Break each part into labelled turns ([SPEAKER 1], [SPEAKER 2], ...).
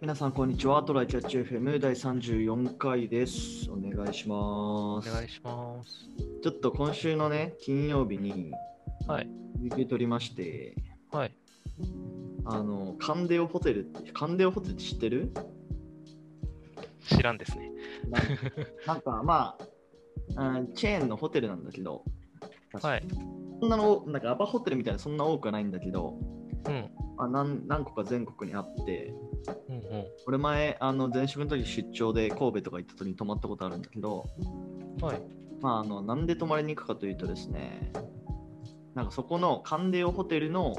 [SPEAKER 1] 皆さん、こんにちは。トライキャッチ FM 第34回です。お願いしま
[SPEAKER 2] お
[SPEAKER 1] す。
[SPEAKER 2] 願いします。
[SPEAKER 1] ちょっと今週のね、金曜日に、
[SPEAKER 2] はい。
[SPEAKER 1] 有給取りまして、
[SPEAKER 2] はい。
[SPEAKER 1] あの、カンデオホテルって、カンデオホテルって知ってる
[SPEAKER 2] 知らんですね。
[SPEAKER 1] なんなん か、まあ、うんチェーンのホテルなんだけど、
[SPEAKER 2] はい。
[SPEAKER 1] そんなの、なんかアパホテルみたいなそんな多くはないんだけど、
[SPEAKER 2] うん。
[SPEAKER 1] まあ、何何個か全国にあって、
[SPEAKER 2] うん
[SPEAKER 1] 俺前、あの前職の時出張で神戸とか行った時に泊まったことあるんだけど、
[SPEAKER 2] うん。はい。
[SPEAKER 1] まあ、あのなんで泊まりに行くかというとですね、なんかそこのカンデオホテルの、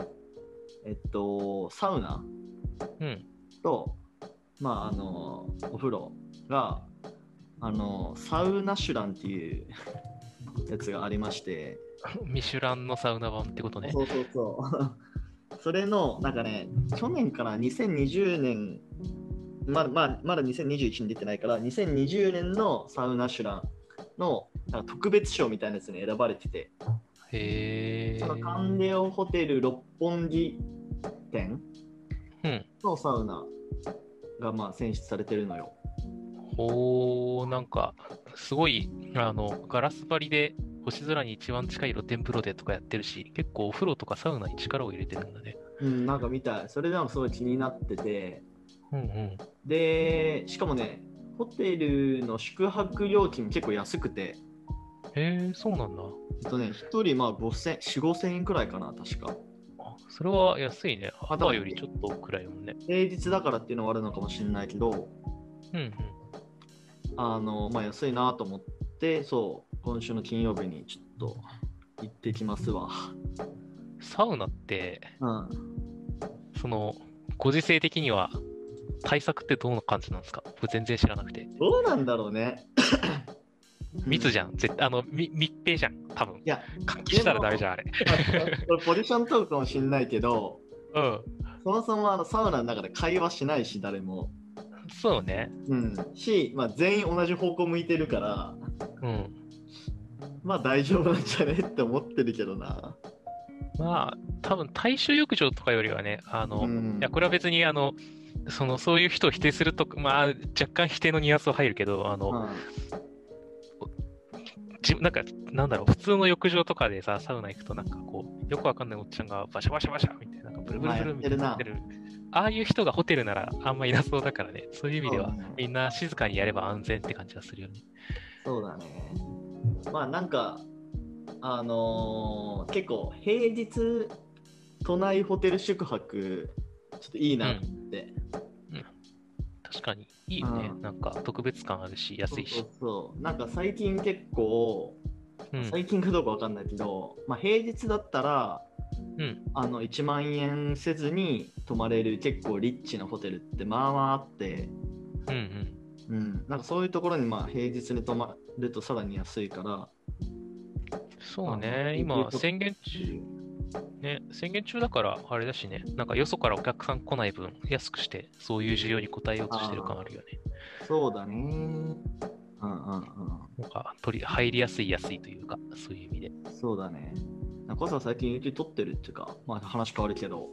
[SPEAKER 1] えっと、サウナ
[SPEAKER 2] うん。
[SPEAKER 1] と、まあ、あのお風呂があのサウナシュランっていう やつがありまして、
[SPEAKER 2] ミシュランのサウナ版ってことね。
[SPEAKER 1] そうそう そう。それの、なんかね、去年から2020年、まだまあまだ2021に出てないから、2020年のサウナシュランのなんか特別賞みたいなやつに選ばれてて、
[SPEAKER 2] へえ。
[SPEAKER 1] そのカンデオホテル六本木店
[SPEAKER 2] うん。
[SPEAKER 1] のサウナがまあ選出されてるのよ。
[SPEAKER 2] ほー、なんか、すごい、あの、ガラス張りで、星空に一番近い露天風呂でとかやってるし、結構お風呂とかサウナに力を入れてるんだね。
[SPEAKER 1] うん、なんか見たい。それでもすごい気になってて、
[SPEAKER 2] うんうん。
[SPEAKER 1] で、しかもね、ホテルの宿泊料金結構安くて、
[SPEAKER 2] へえ、そうなんだ。
[SPEAKER 1] えっとね、1人まあ5000、4、5000円くらいかな、確か。
[SPEAKER 2] あそれは安いね。ハワイよりちょっとくらいだもんね。
[SPEAKER 1] 平日だからっていうのはあるのかもしれないけど、
[SPEAKER 2] うんうん。
[SPEAKER 1] あの、まあ安いなと思って、そう、今週の金曜日にちょっと行ってきますわ。
[SPEAKER 2] サウナって、
[SPEAKER 1] うん。
[SPEAKER 2] その、ご時世的には対策ってどんな感じなんですか僕全然知らなくて。
[SPEAKER 1] どうなんだろう ね。
[SPEAKER 2] 密じ
[SPEAKER 1] ゃん。
[SPEAKER 2] ゃん。絶対、あの、み密閉じゃん。多分
[SPEAKER 1] いや、
[SPEAKER 2] 換気したらダメじゃん、あれ。
[SPEAKER 1] まあ これポジショントークかもしれないけど、
[SPEAKER 2] うん。
[SPEAKER 1] そもそもあのサウナの中で会話しないし、誰も。
[SPEAKER 2] そうね。
[SPEAKER 1] うん。し、まあ、全員同じ方向向いてるから、
[SPEAKER 2] うん。
[SPEAKER 1] まあ大丈夫なんじゃねって思ってるけどな。
[SPEAKER 2] まあ、多分大衆浴場とかよりはね、あの、
[SPEAKER 1] うん
[SPEAKER 2] いや、これは別に、あの、その、そういう人を否定すると、まあ、若干否定のニュアンスは入るけど、あの、
[SPEAKER 1] うん
[SPEAKER 2] じなんか、なんだろう、普通の浴場とかでさ、サウナ行くと、なんかこう、よくわかんないおっちゃんがバシャバシャバシャみたいな、なんかブルブルブルみたいに
[SPEAKER 1] まあや
[SPEAKER 2] なっ
[SPEAKER 1] って
[SPEAKER 2] てる。ああいう人がホテルならあんまいなそうだからね、そういう意味では
[SPEAKER 1] そうだね、
[SPEAKER 2] みんな静かにやれば安全って感じがするよね。
[SPEAKER 1] そうだね。まあなんか、あのー結構平日都内ホテル宿泊、ちょっといいなって。
[SPEAKER 2] 確かに、いいよね
[SPEAKER 1] う。ん
[SPEAKER 2] なんか、特別感あるし、
[SPEAKER 1] そ
[SPEAKER 2] 安
[SPEAKER 1] う
[SPEAKER 2] い
[SPEAKER 1] そ
[SPEAKER 2] し
[SPEAKER 1] う。そう。なんか最近結構、
[SPEAKER 2] うん
[SPEAKER 1] 最近かどうかわかんないけど、まあ平日だったら、
[SPEAKER 2] うん
[SPEAKER 1] あの1万円せずに泊まれる結構リッチなホテルってまあまああって、
[SPEAKER 2] うんうん。
[SPEAKER 1] うん、なんかそういうところにまあ平日に泊まるとさらに安いから、
[SPEAKER 2] そう
[SPEAKER 1] あ
[SPEAKER 2] ね、
[SPEAKER 1] いいこ
[SPEAKER 2] 今、
[SPEAKER 1] と
[SPEAKER 2] 宣言中、ね、宣言中だから、あれだしね、なんかよそからお客さん来ない分、安くして、そういう需要に応えようとしてる感あるよね。
[SPEAKER 1] そうだね。うんうんうん。
[SPEAKER 2] なんか、取り入りやすい、安いというか、そういう意味で。
[SPEAKER 1] そうだね。コさん最近 YouTube 撮ってるっていうか、まあ話変わるけど。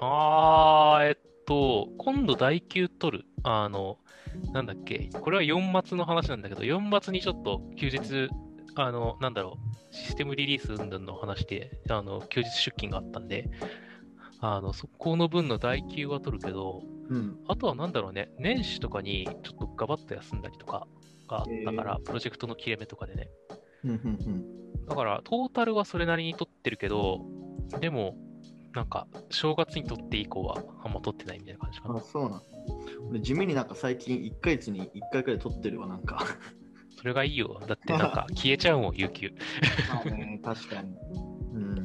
[SPEAKER 2] あー、えっと、今度、第9取る。あの、なんだっけ、これは4末の話なんだけど、4末にちょっと休日、あの、なんだろう、システムリリース云々の話で、あの、休日出勤があったんで、あの、そこの分の第9は取るけど、
[SPEAKER 1] うん。
[SPEAKER 2] あとはなんだろうね、年始とかにちょっとガバッと休んだりとかがあったから、プロジェクトの切れ目とかでね。
[SPEAKER 1] うんうん
[SPEAKER 2] だから、トータルはそれなりに取ってるけど、でも、なんか、正月に取って以降はあんま取ってないみたいな感じか
[SPEAKER 1] うん。
[SPEAKER 2] な
[SPEAKER 1] あ、。そうなん。俺地味になんか最近1ヶ月に1回くらい撮ってるわ、なんか。
[SPEAKER 2] それがいいよ。だってなん か、消えちゃうもん、有給。
[SPEAKER 1] まあね、確かに。うん。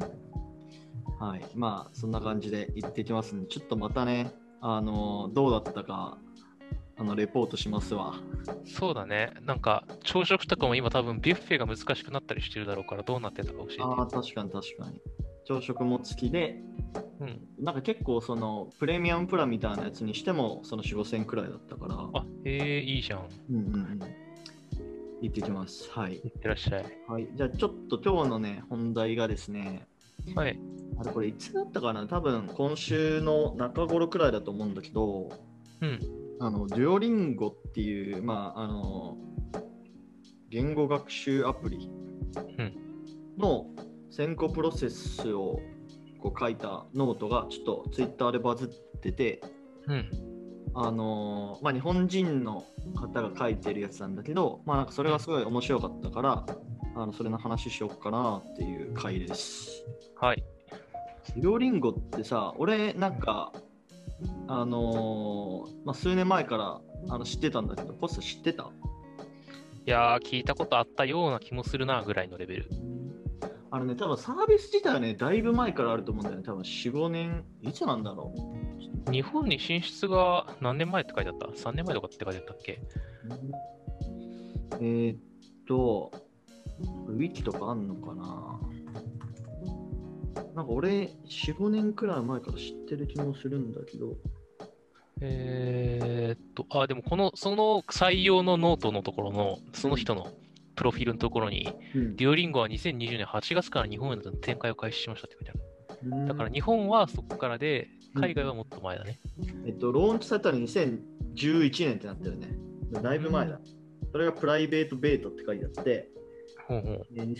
[SPEAKER 1] はい。まあそんな感じで行ってきますんで、ちょっとまたね、あのどうだったか、あの、レポートしますわ。
[SPEAKER 2] そうだね。なんか、朝食とかも今多分ビュッフェが難しくなったりしてるだろうから、どうなってたか教えて。
[SPEAKER 1] ああ、確かに確かに。朝食も付きで、
[SPEAKER 2] うん。
[SPEAKER 1] なんか結構そのプレミアムプランみたいなやつにしても、その4、5000くらいだったから。
[SPEAKER 2] あ、ええいいじゃん。
[SPEAKER 1] うんうんうん。行ってきます。はい。
[SPEAKER 2] いってらっしゃい。
[SPEAKER 1] はい、じゃあちょっと今日のね、本題がですね、
[SPEAKER 2] はい。
[SPEAKER 1] あれこれいつだったかな多分今週の中頃くらいだと思うんだけど、
[SPEAKER 2] うん。
[SPEAKER 1] あの、デュオリンゴっていう、まあ、あの、言語学習アプリ
[SPEAKER 2] うん
[SPEAKER 1] の選考プロセスをこう書いたノートが、ちょっとツイッターでバズってて、
[SPEAKER 2] うん。
[SPEAKER 1] あのーまあ、日本人の方が書いてるやつなんだけど、まあ、なんかそれがすごい面白かったから、あのそれの話しよっかなっていう回です。
[SPEAKER 2] はい。
[SPEAKER 1] 両リンゴってさ、俺なんか、あのーまあ、数年前からあの知ってたんだけど、ポスト知ってた
[SPEAKER 2] いやー、聞いたことあったような気もするなぐらいのレベル。
[SPEAKER 1] あのね、多分サービス自体はね、だいぶ前からあると思うんだよね。多分4、5年、いつなんだろう。
[SPEAKER 2] 日本に進出が何年前って書いてあった ?3 年前とかって書いてあったっけ
[SPEAKER 1] えーっと、ウィキとかあんのかななんか俺、4、5年くらい前から知ってる気もするんだけど、
[SPEAKER 2] えーっと、あ、でもこの、その採用のノートのところの、その人のプロフィールのところに、デュオリンゴは2020年8月から日本への展開を開始しましたって書いてある。
[SPEAKER 1] うん
[SPEAKER 2] だから日本はそこからで、海外はもっと前だね。
[SPEAKER 1] えっと、ローンチされたの2011年ってなってるね。だいぶ前だ。それがプライベートベートって書いてあって、
[SPEAKER 2] ほうほ
[SPEAKER 1] えー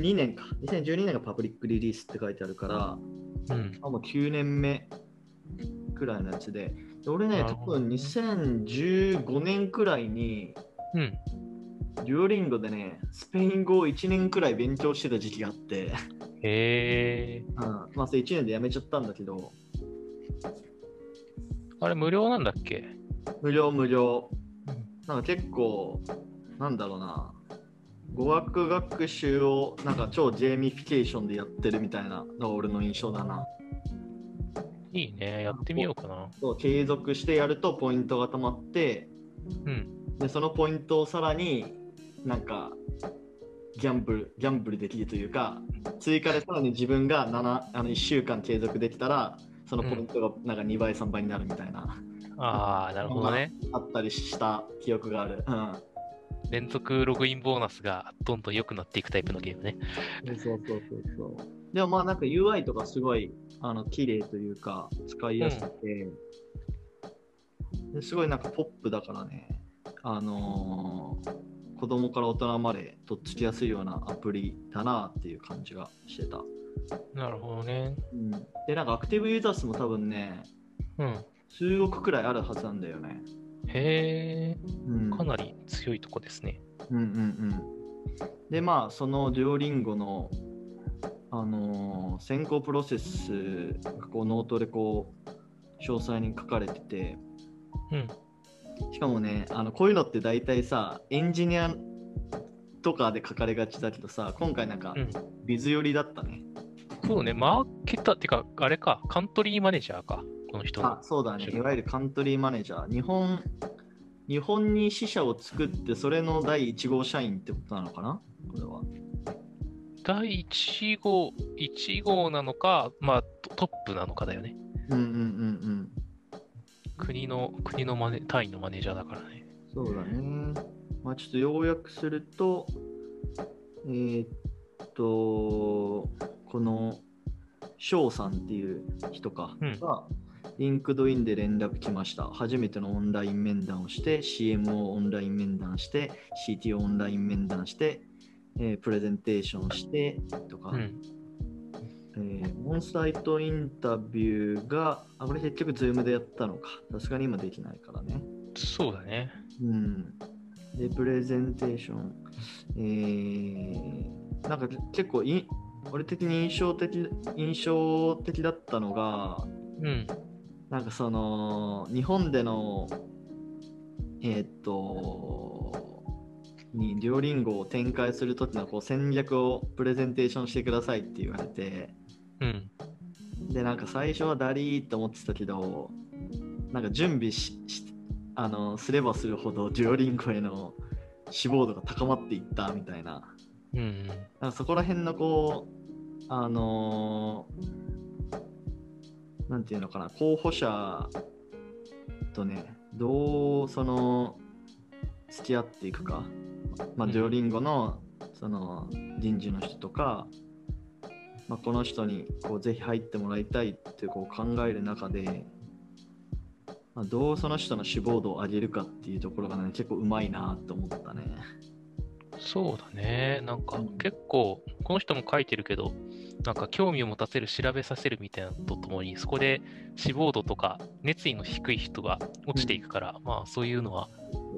[SPEAKER 1] 2012年か。2012年がパブリックリリースって書いてあるから、
[SPEAKER 2] う。うん。
[SPEAKER 1] あもう9年目くらいのやつで、で俺ね、
[SPEAKER 2] なる
[SPEAKER 1] 多
[SPEAKER 2] ほど
[SPEAKER 1] 分2015年くらいに、
[SPEAKER 2] うん。
[SPEAKER 1] デュオリンゴでね、スペイン語を1年くらい勉強してた時期があって、
[SPEAKER 2] へえ。
[SPEAKER 1] うん、 まあそれ1年でやめちゃったんだけど、
[SPEAKER 2] あれ無料なんだっけ
[SPEAKER 1] 無料無料
[SPEAKER 2] うん。
[SPEAKER 1] なんか結構、なんだろうな、語学学習をなんか超ジェミフィケーションでやってるみたいなのが俺の印象だな。
[SPEAKER 2] いいね。やってみようかな。
[SPEAKER 1] そう継続してやるとポイントがたまって、
[SPEAKER 2] うん。
[SPEAKER 1] でそのポイントをさらになんかギャンブルギャンブルできるというか追加でさらに自分が7あの1週間継続できたらそのポイントがなんか2倍3倍になるみたいな、
[SPEAKER 2] ああ、なるほどね。
[SPEAKER 1] あったりした記憶がある、う
[SPEAKER 2] 連続ログインボーナスがどんどん良くなっていくタイプのゲームね。
[SPEAKER 1] ん、そうそうそうそうでもまあなんか UI とかすごいあの綺麗というか使いやすくて、ですごいなんかポップだからねあのー子供から大人までとっつきやすいようなアプリだなっていう感じがしてた、
[SPEAKER 2] なるほどね。
[SPEAKER 1] うん、でなんかアクティブユーザー数も多分ね
[SPEAKER 2] うん。
[SPEAKER 1] 数億くらいあるはずなんだよね、
[SPEAKER 2] へ
[SPEAKER 1] うん、
[SPEAKER 2] え。かなり強いとこですね。
[SPEAKER 1] うんうんうん。で、まあ、そのデュオリンゴの、あのー選考プロセスがこうノートでこう詳細に書かれてて、
[SPEAKER 2] うん。
[SPEAKER 1] しかもね、あのこういうのって大体さ、エンジニアとかで書かれがちだけどさ、今回なんか
[SPEAKER 2] うん、
[SPEAKER 1] ビズ寄りだったね。
[SPEAKER 2] そうね。マーケターってか、あれか、カントリーマネージャーか。この人
[SPEAKER 1] あ
[SPEAKER 2] の。
[SPEAKER 1] そうだね、
[SPEAKER 2] 知
[SPEAKER 1] い
[SPEAKER 2] らな
[SPEAKER 1] わゆるカントリーマネージャー。日本日本に支社を作って、それの第1号社員ってことなのかなこれは。
[SPEAKER 2] 第1号、1号なのか、まあ、トトップなのかだよね。
[SPEAKER 1] うんうんうんうん。
[SPEAKER 2] 国の、国のマネ、単位のマネージャーだからね。
[SPEAKER 1] そうだね。まあ、ちょっと要約すると、えーっと、この翔さんっていう人か
[SPEAKER 2] うん
[SPEAKER 1] が、リンクドインで連絡来ました。初めてのオンライン面談をして、CM をオンライン面談して、CT をオンライン面談して、えープレゼンテーションしてとか、
[SPEAKER 2] うん。
[SPEAKER 1] えーオンサイトインタビューが、あ、これ結局 Zoom でやったのか。さすがに今できないからね。
[SPEAKER 2] そうだね。
[SPEAKER 1] うん。で、プレゼンテーション。えー、なんか結構い、俺的に印象的、印象的だったのが、
[SPEAKER 2] うん。
[SPEAKER 1] なんかその、日本での、えーっと、に、デュオリンゴを展開するときのこう戦略をプレゼンテーションしてくださいって言われて、
[SPEAKER 2] うん。
[SPEAKER 1] でなんか最初はダリーって思ってたけどなんか準備ししあのすればするほどデュオリンゴへの志望度が高まっていったみたいな
[SPEAKER 2] うん。
[SPEAKER 1] なんかそこら辺のこうあのーなんていうのかな候補者とねどうその付き合っていくか、まあ、
[SPEAKER 2] うん
[SPEAKER 1] デュオリンゴのその人事の人とか、まあ、この人にこうぜひ入ってもらいたいってこう考える中でまあ、どうその人の志望度を上げるかっていうところがね、結構うまいなと思ったね。
[SPEAKER 2] そうだね。なんか
[SPEAKER 1] うん
[SPEAKER 2] 結構、この人も書いてるけど、なんか興味を持たせる、調べさせるみたいなのとともに、そこで志望度とか熱意の低い人が落ちていくから、まあそういうのは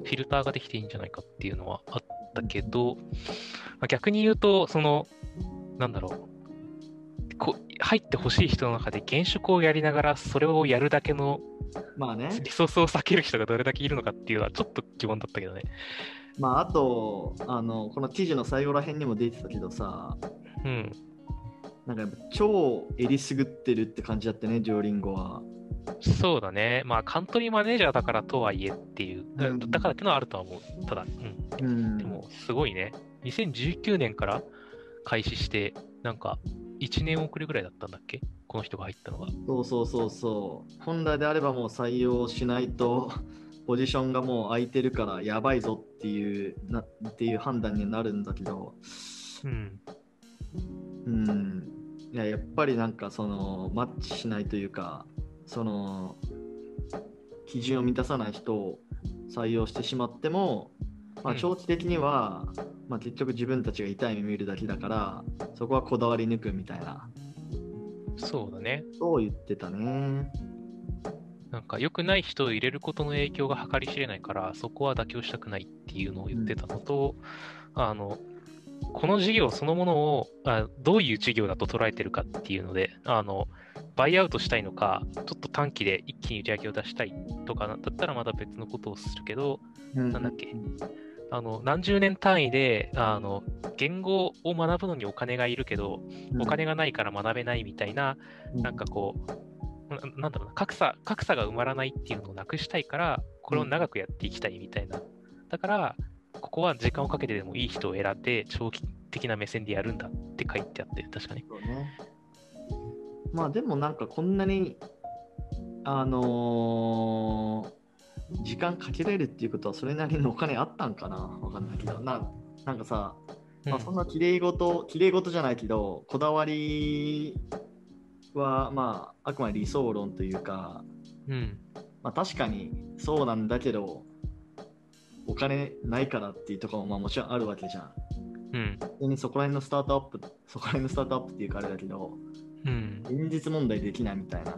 [SPEAKER 2] フィルターができていいんじゃないかっていうのはあったけど、まあ逆に言うと、その、なんだろう、こ入ってほしい人の中で現職をやりながら、それをやるだけの
[SPEAKER 1] まあね、
[SPEAKER 2] リソースを避ける人がどれだけいるのかっていうのは、ちょっと疑問だったけどね。
[SPEAKER 1] まああと、あの、この記事の最後ら辺にも出てたけどさ、
[SPEAKER 2] うん。
[SPEAKER 1] なんかやっぱ超えりすぐってるって感じだったね、ジョーリンゴは。
[SPEAKER 2] そうだね。まあ、カントリーマネージャーだからとはいえっていう、だ
[SPEAKER 1] うん
[SPEAKER 2] だからっていうのはあるとは思う。ただ、うん。
[SPEAKER 1] うん
[SPEAKER 2] でも、すごいね。2019年から開始して、なんか、1年遅れぐらいだったんだっけこの人が入ったのが。
[SPEAKER 1] そうそうそうそう。本来であればもう採用しないと、ポジションがもう空いてるからやばいぞっていうなっていう判断になるんだけど、
[SPEAKER 2] うん。
[SPEAKER 1] うん、いややっぱりなんかそのマッチしないというか、その基準を満たさない人を採用してしまっても、まあ、
[SPEAKER 2] うん
[SPEAKER 1] 長期的には、まあ、結局自分たちが痛い目見るだけだから、そこはこだわり抜くみたいな、
[SPEAKER 2] そうだね。
[SPEAKER 1] そう言ってたね。
[SPEAKER 2] なんか、良くない人を入れることの影響が計り知れないから、そこは妥協したくないっていうのを言ってたのと、あの、この事業そのものをあどういう事業だと捉えてるかっていうのであのバイアウトしたいのかちょっと短期で一気に売り上げを出したいとかだったらまた別のことをするけど
[SPEAKER 1] うん
[SPEAKER 2] なんだっけあの何十年単位であの言語を学ぶのにお金がいるけどお金がないから学べないみたいななんかこうななんだろうな格差格差が埋まらないっていうのをなくしたいからこれを長くやっていきたいみたいなだからここは時間をかけてでもいい人を選んで長期的な目線でやるんだって書いてあって確かに
[SPEAKER 1] そうね。まあでもなんかこんなに、あのー時間かけられるっていうことはそれなりのお金あったんかなわかんないけど。ななんかさ、まあ、そんな綺麗事、綺麗事じゃないけど、こだわりはまああくまで理想論というか、
[SPEAKER 2] うん
[SPEAKER 1] まあ確かにそうなんだけど、お金ないからっていうところもまあもちろんあるわけじゃん。
[SPEAKER 2] うん
[SPEAKER 1] 普通にそこら辺のスタートアップ、そこら辺のスタートアップっていうかあれだけど、
[SPEAKER 2] うん
[SPEAKER 1] 現実問題できないみたいな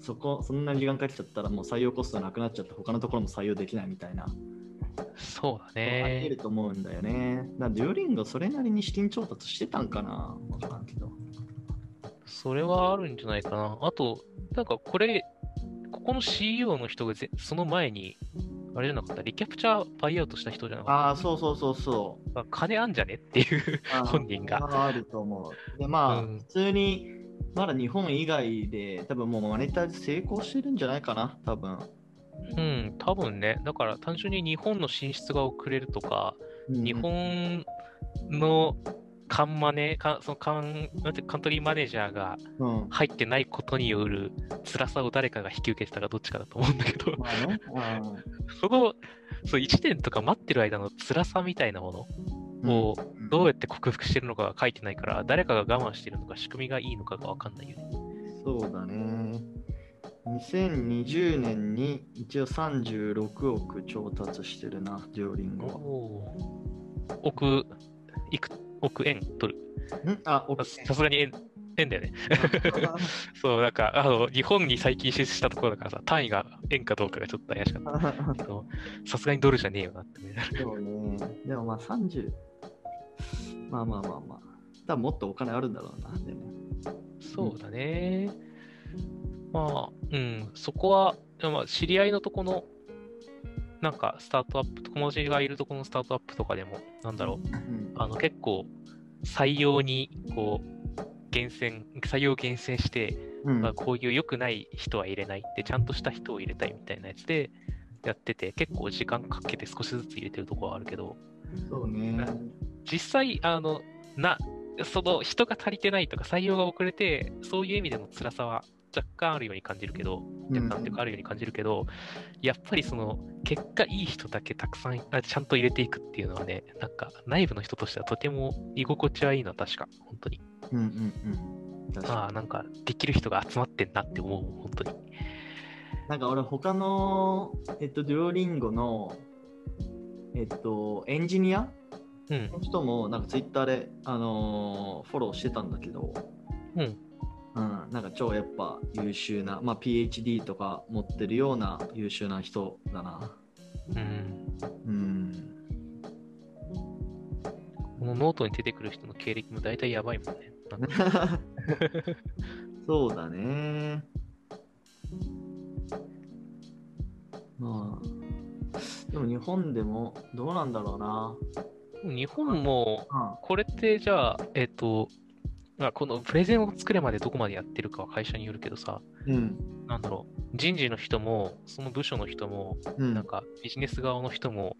[SPEAKER 1] そこそんなに時間かけちゃったらもう採用コストなくなっちゃって他のところも採用できないみたいな、
[SPEAKER 2] そうだ
[SPEAKER 1] ありえ
[SPEAKER 2] ね
[SPEAKER 1] ると思うんだよねだからデュオリンゴそれなりに資金調達してたんかなわからんけど
[SPEAKER 2] それはあるんじゃないかなあとなんかこれここの CEO の人がぜその前にあれじゃなかったリキャプチャーバイアウトした人じゃなかっ
[SPEAKER 1] ああそうそうそうそう
[SPEAKER 2] た金あんじゃねっていう
[SPEAKER 1] あー
[SPEAKER 2] 本人が
[SPEAKER 1] それはあると思うでまあ、
[SPEAKER 2] うん
[SPEAKER 1] 普通にまだ日本以外で多分もうマネタイズ成功してるんじゃないかな多分、
[SPEAKER 2] うん、多分ね、だから単純に日本の進出が遅れるとか、
[SPEAKER 1] うん
[SPEAKER 2] 日本のカンマネ、カンそのカンなんてカントリーマネージャーが
[SPEAKER 1] うん
[SPEAKER 2] 入ってないことによる辛さを誰かが引き受けてたかどっちかだと思うんだけど、
[SPEAKER 1] まあね、
[SPEAKER 2] そのそう1年とか待ってる間の辛さみたいなも
[SPEAKER 1] うん
[SPEAKER 2] のを
[SPEAKER 1] うん
[SPEAKER 2] どうやって克服してるのかが書いてないから、誰かが我慢してるのか、仕組みがいいのかが分かんないよね。
[SPEAKER 1] そうだね。2020年に一応36億調達してるな、デュオリンゴ
[SPEAKER 2] 億、いく億円取る。
[SPEAKER 1] は。んあ、億
[SPEAKER 2] さすがに円円だよね。そう、なんか、あの、日本に最近進出したところだからさ、単位が円かどうかがちょっと怪しかったけど、さすがにドルじゃねえよなってね。
[SPEAKER 1] そうね。でもまあ30。まあまあまあまあ。多分もっとお金あるんだろうな。でも
[SPEAKER 2] そうだね。まあ、うん、そこは、まあ、知り合いのとこの、なんか、スタートアップ、友達がいるとこのスタートアップとかでも、なんだろう、
[SPEAKER 1] うん
[SPEAKER 2] あの、結構、採用に、こう、厳選、採用を厳選して、
[SPEAKER 1] うん
[SPEAKER 2] まあ、こういう良くない人は入れないって、ちゃんとした人を入れたいみたいなやつでやってて、結構時間かけて少しずつ入れてるところはあるけど、
[SPEAKER 1] そうね。
[SPEAKER 2] 実際、あの、な、その人が足りてないとか採用が遅れて、そういう意味での辛さは若干あるように感じるけど、若干っていうかあるように感じるけど、やっぱりその、結果いい人だけたくさん、あちゃんと入れていくっていうのはね、なんか内部の人としてはとても居心地はいいのは確か、本当に。
[SPEAKER 1] うんうんうん。確か
[SPEAKER 2] ああ、なんかできる人が集まってんなって思う、本当に。
[SPEAKER 1] になんか俺他の、えっと、デュオリンゴの、えっと、エンジニア
[SPEAKER 2] うん。
[SPEAKER 1] の人もなんかツイッターで、あのーフォローしてたんだけど、
[SPEAKER 2] うん
[SPEAKER 1] うんなんか超やっぱ優秀な、まあ、PhD とか持ってるような優秀な人だな。
[SPEAKER 2] うん。
[SPEAKER 1] うん、
[SPEAKER 2] このノートに出てくる人の経歴も大体やばいもんね。なんか
[SPEAKER 1] そうだね。まあ、でも日本でもどうなんだろうな。
[SPEAKER 2] 日本も、
[SPEAKER 1] うん
[SPEAKER 2] これってじゃあ、えっ、と、まあこのプレゼンを作るまでどこまでやってるかは会社によるけどさ、
[SPEAKER 1] うん。
[SPEAKER 2] なんだろう、人事の人も、その部署の人も、
[SPEAKER 1] うん。
[SPEAKER 2] なんかビジネス側の人も、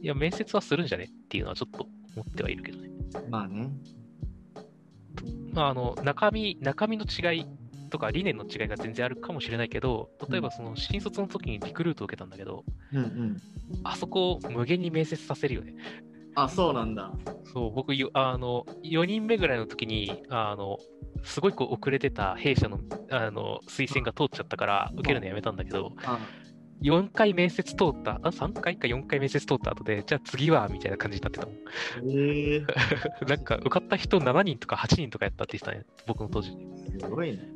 [SPEAKER 2] いや、面接はするんじゃねっていうのはちょっと思ってはいるけどね。
[SPEAKER 1] まあね。
[SPEAKER 2] まあ、あの中身中身の違いとか理念の違いが全然あるかもしれないけど、例えばその新卒の時にリクルートを受けたんだけど、
[SPEAKER 1] うんうん。
[SPEAKER 2] あそこを無限に面接させるよね。
[SPEAKER 1] あ、そうなんだ。
[SPEAKER 2] そう僕よあの4人目ぐらいの時にあのすごいこう遅れてた弊社のあの推薦が通っちゃったから受けるのやめたんだけど
[SPEAKER 1] あ
[SPEAKER 2] 4回面接通ったあ3回か4回面接通った後でじゃあ次はみたいな感じになってたもん
[SPEAKER 1] へえ
[SPEAKER 2] なんか受かった人7人とか8人とかやったって言ってたね僕の当時
[SPEAKER 1] すごいね。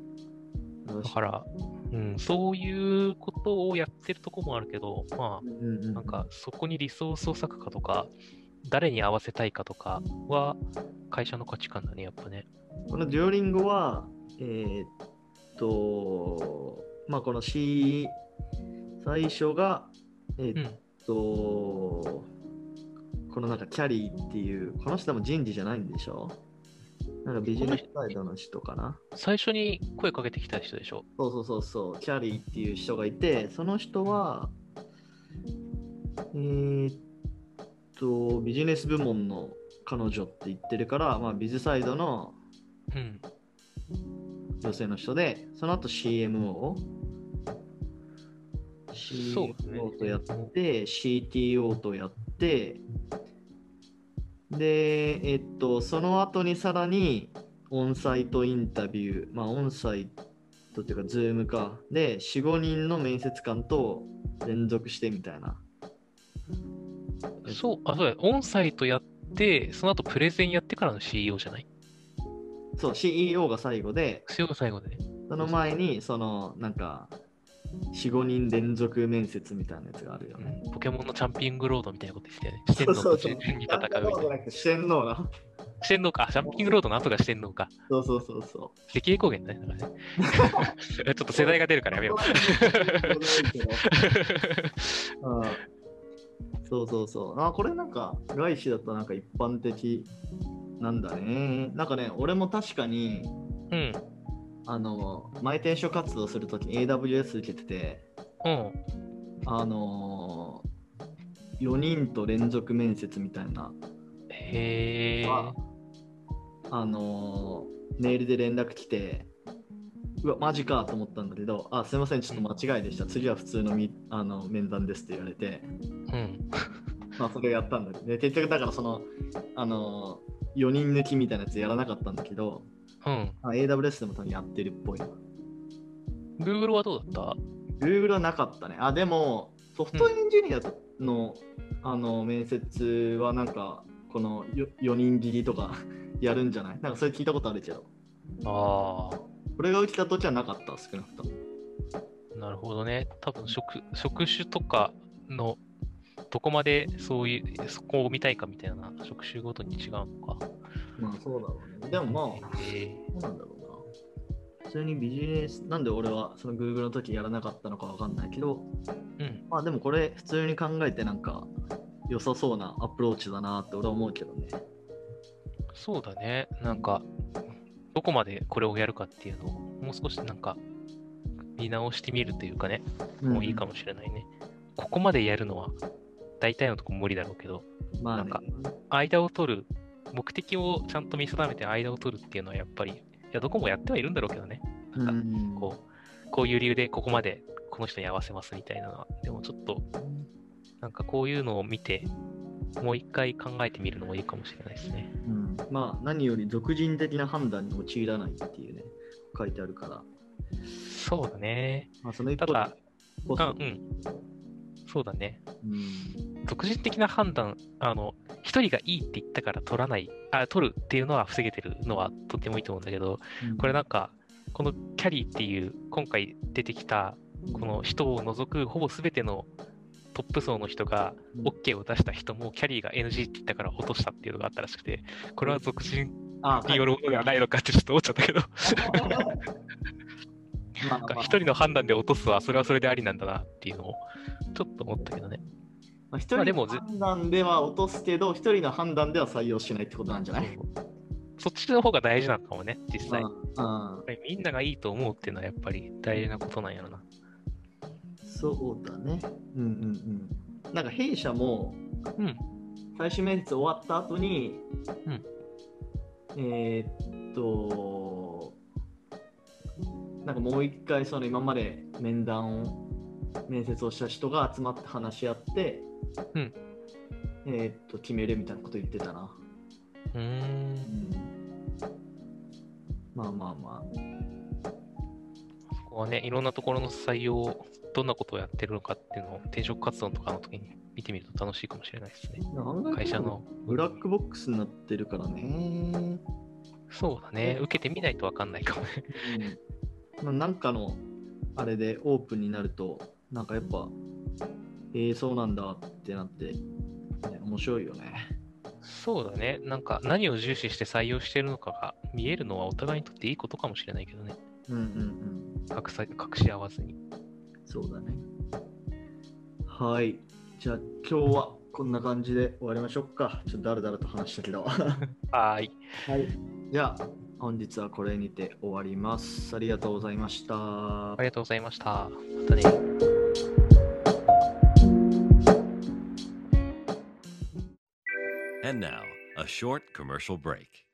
[SPEAKER 2] だから、うん、そういうことをやってるとこもあるけどま
[SPEAKER 1] うんうんう
[SPEAKER 2] あ
[SPEAKER 1] ん
[SPEAKER 2] なんかそこにリソースを割くかとか誰に合わせたいかとかは会社の価値観だねやっぱね
[SPEAKER 1] このデュオリンゴは、えーっと、まあ、この C、最初が、え
[SPEAKER 2] う
[SPEAKER 1] ーっ
[SPEAKER 2] ん
[SPEAKER 1] と、このなんかキャリーっていう、この人も人事じゃないんでしょなんかビジネスサイドの人かな
[SPEAKER 2] 最初に声かけてきた人でしょ。
[SPEAKER 1] そうそうそうそう、キャリーっていう人がいて、その人は、えーっと、ビジネス部門の彼女って言ってるから、まあ、ビズサイドの
[SPEAKER 2] うん。
[SPEAKER 1] 女性の人で、その後 CMO。
[SPEAKER 2] そうね
[SPEAKER 1] CMO とやって、CTO とやって、で、えっと、その後にさらに、オンサイトインタビュー、まあ、オンサイトっていうか、ズームか。で、4、5人の面接官と連続してみたいな。
[SPEAKER 2] そう、あ、そうだ、オンサイトやって、その後プレゼンやってからの CEO じゃない
[SPEAKER 1] そう、CEO が最後で、
[SPEAKER 2] ?CEO 最後でね。
[SPEAKER 1] その前に、その、なんか、4、5人連続面接みたいなやつがあるよ
[SPEAKER 2] う
[SPEAKER 1] ね。
[SPEAKER 2] ん、ポケモンのチャンピングロードみたいなことしてたよね。四天王
[SPEAKER 1] そう
[SPEAKER 2] と
[SPEAKER 1] そう
[SPEAKER 2] 順
[SPEAKER 1] そう
[SPEAKER 2] 々に戦うみたいな。
[SPEAKER 1] 四天王な。
[SPEAKER 2] 四天王か、あチャンピングロードの後が四天王か。
[SPEAKER 1] そうそうそうそ
[SPEAKER 2] 石英高原だね。 だからねちょっと世代が出るからやめよう。
[SPEAKER 1] う。うんそうそうそう。あ、これなんか、外資だとなんか一般的なんだね。なんかね、俺も確かに、
[SPEAKER 2] うん。
[SPEAKER 1] あの、前転職活動するときに AWS 受けてて、
[SPEAKER 2] うん。
[SPEAKER 1] あの4人と連続面接みたいな、
[SPEAKER 2] へー
[SPEAKER 1] ああのメールで連絡来て、うわ、マジかと思ったんだけど、あ、すいません、ちょっと間違いでした。次は普通のみあの面談ですって言われて、
[SPEAKER 2] うん。
[SPEAKER 1] まあ、それをやったんだけど、ね、結局だからその、あの4人抜きみたいなやつやらなかったんだけど、
[SPEAKER 2] うん。
[SPEAKER 1] あ AWS でも多分やってるっぽいな。
[SPEAKER 2] Google はどうだっ
[SPEAKER 1] Google はなかったね。あ、でも、ソフトウェアエンジニアの,、あの面接はなんか、この4人切りとかやるんじゃないなんかそれ聞いたことあるけど、
[SPEAKER 2] たああ。
[SPEAKER 1] これが起きた時はなかった、少なくとも。
[SPEAKER 2] なるほどね。多分職職種とかのどこまでそういう、そこを見たいかみたいな職種ごとに違うのか。
[SPEAKER 1] まあそうだろうね。でもまあ、
[SPEAKER 2] へ
[SPEAKER 1] どうなんだろうな。普通にビジネス、なんで俺はその Google の時やらなかったのかわかんないけど、
[SPEAKER 2] えうん。
[SPEAKER 1] まあでもこれ普通に考えてなんか良さそうなアプローチだなって俺は思うけどね。
[SPEAKER 2] そうだね。なんか、どこまでこれをやるかっていうのを、もう少しなんか、見直してみるというかね、もういいかもしれないね。ここまでやるのは、大体のとこ無理だろうけど、
[SPEAKER 1] うん。まあ、ね、
[SPEAKER 2] なん間を取る、目的をちゃんと見定めて間を取るっていうのはやっぱり、いや、どこもやってはいるんだろうけどね。なんか
[SPEAKER 1] うん
[SPEAKER 2] こう、こういう理由でここまでこの人に合わせますみたいなのは、でもちょっと、なんかこういうのを見て、もう一回考えてみるのもいいかもしれないですね。
[SPEAKER 1] うん、まあ何より俗人的な判断に陥らないっていうね書いてあるから、
[SPEAKER 2] そうだね。
[SPEAKER 1] まあ、その一
[SPEAKER 2] た
[SPEAKER 1] 方で
[SPEAKER 2] だ、
[SPEAKER 1] こ
[SPEAKER 2] あ
[SPEAKER 1] そ。
[SPEAKER 2] うん。そうだね。
[SPEAKER 1] うん
[SPEAKER 2] 独自的な判断、あの、一人がいいって言ったから取らない、あ、取るっていうのは防げてるのはとてもいいと思うんだけど、これなんか、このキャリーっていう、今回出てきた、この人を除くほぼ全てのトップ層の人が
[SPEAKER 1] うん
[SPEAKER 2] OK を出した人もキャリーが NG って言ったから落としたっていうのがあったらしくて、これは属人
[SPEAKER 1] あ
[SPEAKER 2] によるものではないのかってちょっと思っちゃったけど、
[SPEAKER 1] まあま
[SPEAKER 2] なんか
[SPEAKER 1] あ
[SPEAKER 2] 一人の判断で落とすはそれはそれでありなんだなっていうのをちょっと思ったけどね。
[SPEAKER 1] まあ、一
[SPEAKER 2] ま
[SPEAKER 1] 人
[SPEAKER 2] あで
[SPEAKER 1] の
[SPEAKER 2] もぜ
[SPEAKER 1] 判断では落とすけど、一人の判断では採用しないってことなんじゃない
[SPEAKER 2] そっちの方が大事なのかもね、実際。
[SPEAKER 1] う
[SPEAKER 2] や
[SPEAKER 1] ん
[SPEAKER 2] っ
[SPEAKER 1] うん、
[SPEAKER 2] ぱりみんながいいと思うっていうのはやっぱり大事なことなんやろな。
[SPEAKER 1] そうだね。うんうんうん。なんか弊社も
[SPEAKER 2] うん。
[SPEAKER 1] 最終面接終わった後に、
[SPEAKER 2] うん
[SPEAKER 1] えーっと、なんかもう一回その今まで面談を面接をした人が集まって話し合って、
[SPEAKER 2] うん
[SPEAKER 1] えーっと決めるみたいなこと言ってたな。
[SPEAKER 2] うーん。
[SPEAKER 1] まあまあま
[SPEAKER 2] そこはね、いろんなところの採用を、どんなことをやってるのかっていうのを転職活動とかの時に見てみると楽しいかもしれないですね。
[SPEAKER 1] あ。
[SPEAKER 2] 会社の。
[SPEAKER 1] ブラックボックスになってるからね。
[SPEAKER 2] そうだね。受けてみないとわかんないかもね。
[SPEAKER 1] まあなんかのあれでオープンになると、なんかやっぱ、えー、そうなんだってなって、ね面白いよね。
[SPEAKER 2] そうだね。なんか何を重視して採用してるのかが見えるのはお互いにとっていいことかもしれないけどね。
[SPEAKER 1] うんうんうん。
[SPEAKER 2] 隠さ隠し合わずに。
[SPEAKER 1] そうだね。はい。じゃあ今日はこんな感じで終わりましょうか。ちょっとだらだらと話したけど。
[SPEAKER 2] はーい。
[SPEAKER 1] はい。じゃあ、本日はこれにて終わります。ありがとうございました。
[SPEAKER 2] ありがとうございました。またね。
[SPEAKER 3] And now, a short commercial break.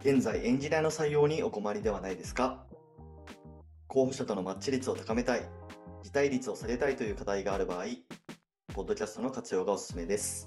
[SPEAKER 1] 現在エンジニアの採用にお困りではないですか候補者とのマッチ率を高めたい辞退率を下げたいという課題がある場合ポッドキャストの活用がおすすめです